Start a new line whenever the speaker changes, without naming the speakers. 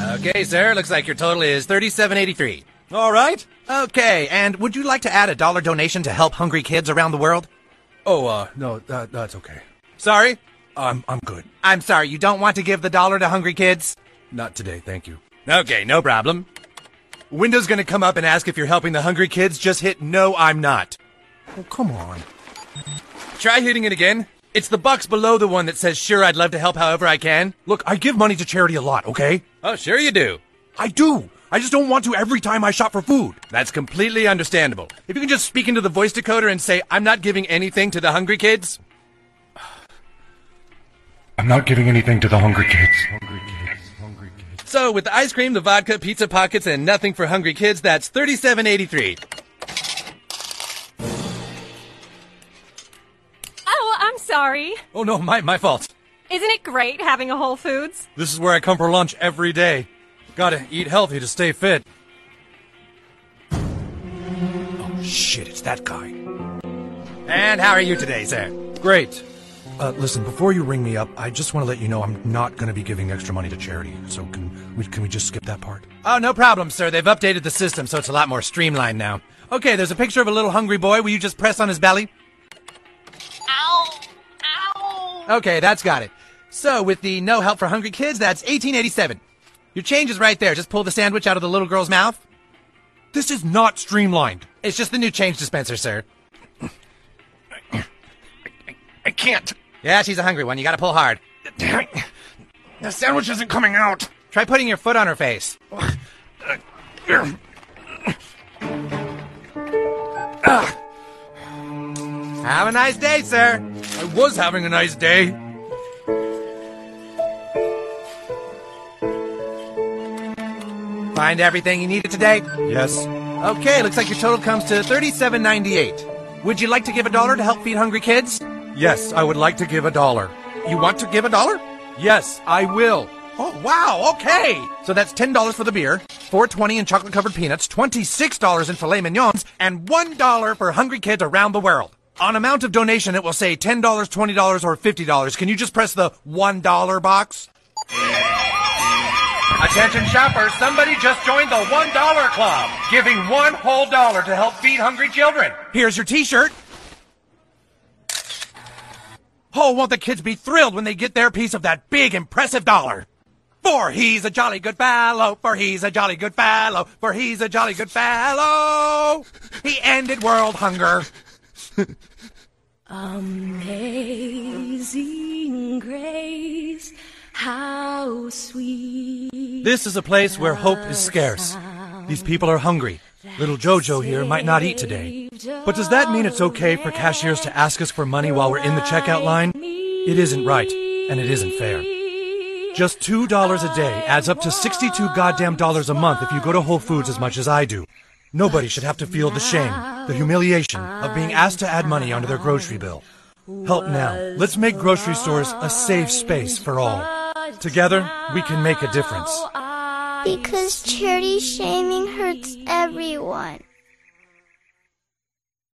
Okay, sir. Looks like your total is thirty-seven eighty-three.
All right.
Okay, and would you like to add a dollar donation to help hungry kids around the world?
Oh, uh, no, uh, that's okay.
Sorry?
I'm, I'm good.
I'm sorry, you don't want to give the dollar to hungry kids?
Not today, thank you.
Okay, no problem. Window's gonna come up and ask if you're helping the hungry kids. Just hit no, I'm not.
Oh, come on.
Try hitting it again. It's the box below the one that says, sure, I'd love to help however I can.
Look, I give money to charity a lot, okay?
Oh, sure you do.
I do. I just don't want to every time I shop for food.
That's completely understandable. If you can just speak into the voice decoder and say, I'm not giving anything to the hungry kids.
I'm not giving anything to the hungry kids. Hungry kids. Hungry kids.
So, with the ice cream, the vodka, pizza pockets, and nothing for hungry kids, that's 3783.
Oh, I'm sorry.
Oh no, my, my fault.
Isn't it great having a Whole Foods?
This is where I come for lunch every day. Gotta eat healthy to stay fit. Oh, shit, it's that guy.
And how are you today, sir?
Great. Uh, listen, before you ring me up, I just want to let you know I'm not going to be giving extra money to charity. So can we, can we just skip that part?
Oh, no problem, sir. They've updated the system, so it's a lot more streamlined now. Okay, there's a picture of a little hungry boy. Will you just press on his belly?
Ow! Ow!
Okay, that's got it. So, with the no help for hungry kids, that's 1887. Your change is right there. Just pull the sandwich out of the little girl's mouth.
This is not streamlined.
It's just the new change dispenser, sir.
I can't.
Yeah, she's a hungry one. You gotta pull hard.
The sandwich isn't coming out.
Try putting your foot on her face. Have a nice day, sir.
I was having a nice day.
Find everything you needed today.
Yes.
Okay, looks like your total comes to 37.98. Would you like to give a dollar to help feed hungry kids?
Yes, I would like to give a dollar.
You want to give a dollar?
Yes, I will.
Oh, wow, okay. So that's $10 for the beer, $4.20 in chocolate covered peanuts, $26 in filet mignons, and $1 for hungry kids around the world. On amount of donation, it will say $10, $20, or $50. Can you just press the $1 box? Attention shoppers, somebody just joined the $1 club, giving one whole dollar to help feed hungry children. Here's your t-shirt. Oh, won't the kids be thrilled when they get their piece of that big, impressive dollar? For he's a jolly good fellow, for he's a jolly good fellow, for he's a jolly good fellow. He ended world hunger.
Amazing grace, how sweet.
This is a place where hope is scarce. These people are hungry. Little Jojo here might not eat today. But does that mean it's okay for cashiers to ask us for money while we're in the checkout line? It isn't right, and it isn't fair. Just $2 a day adds up to 62 goddamn dollars a month if you go to Whole Foods as much as I do. Nobody should have to feel the shame, the humiliation of being asked to add money onto their grocery bill. Help now. Let's make grocery stores a safe space for all. Together, we can make a difference.
Because charity shaming hurts everyone.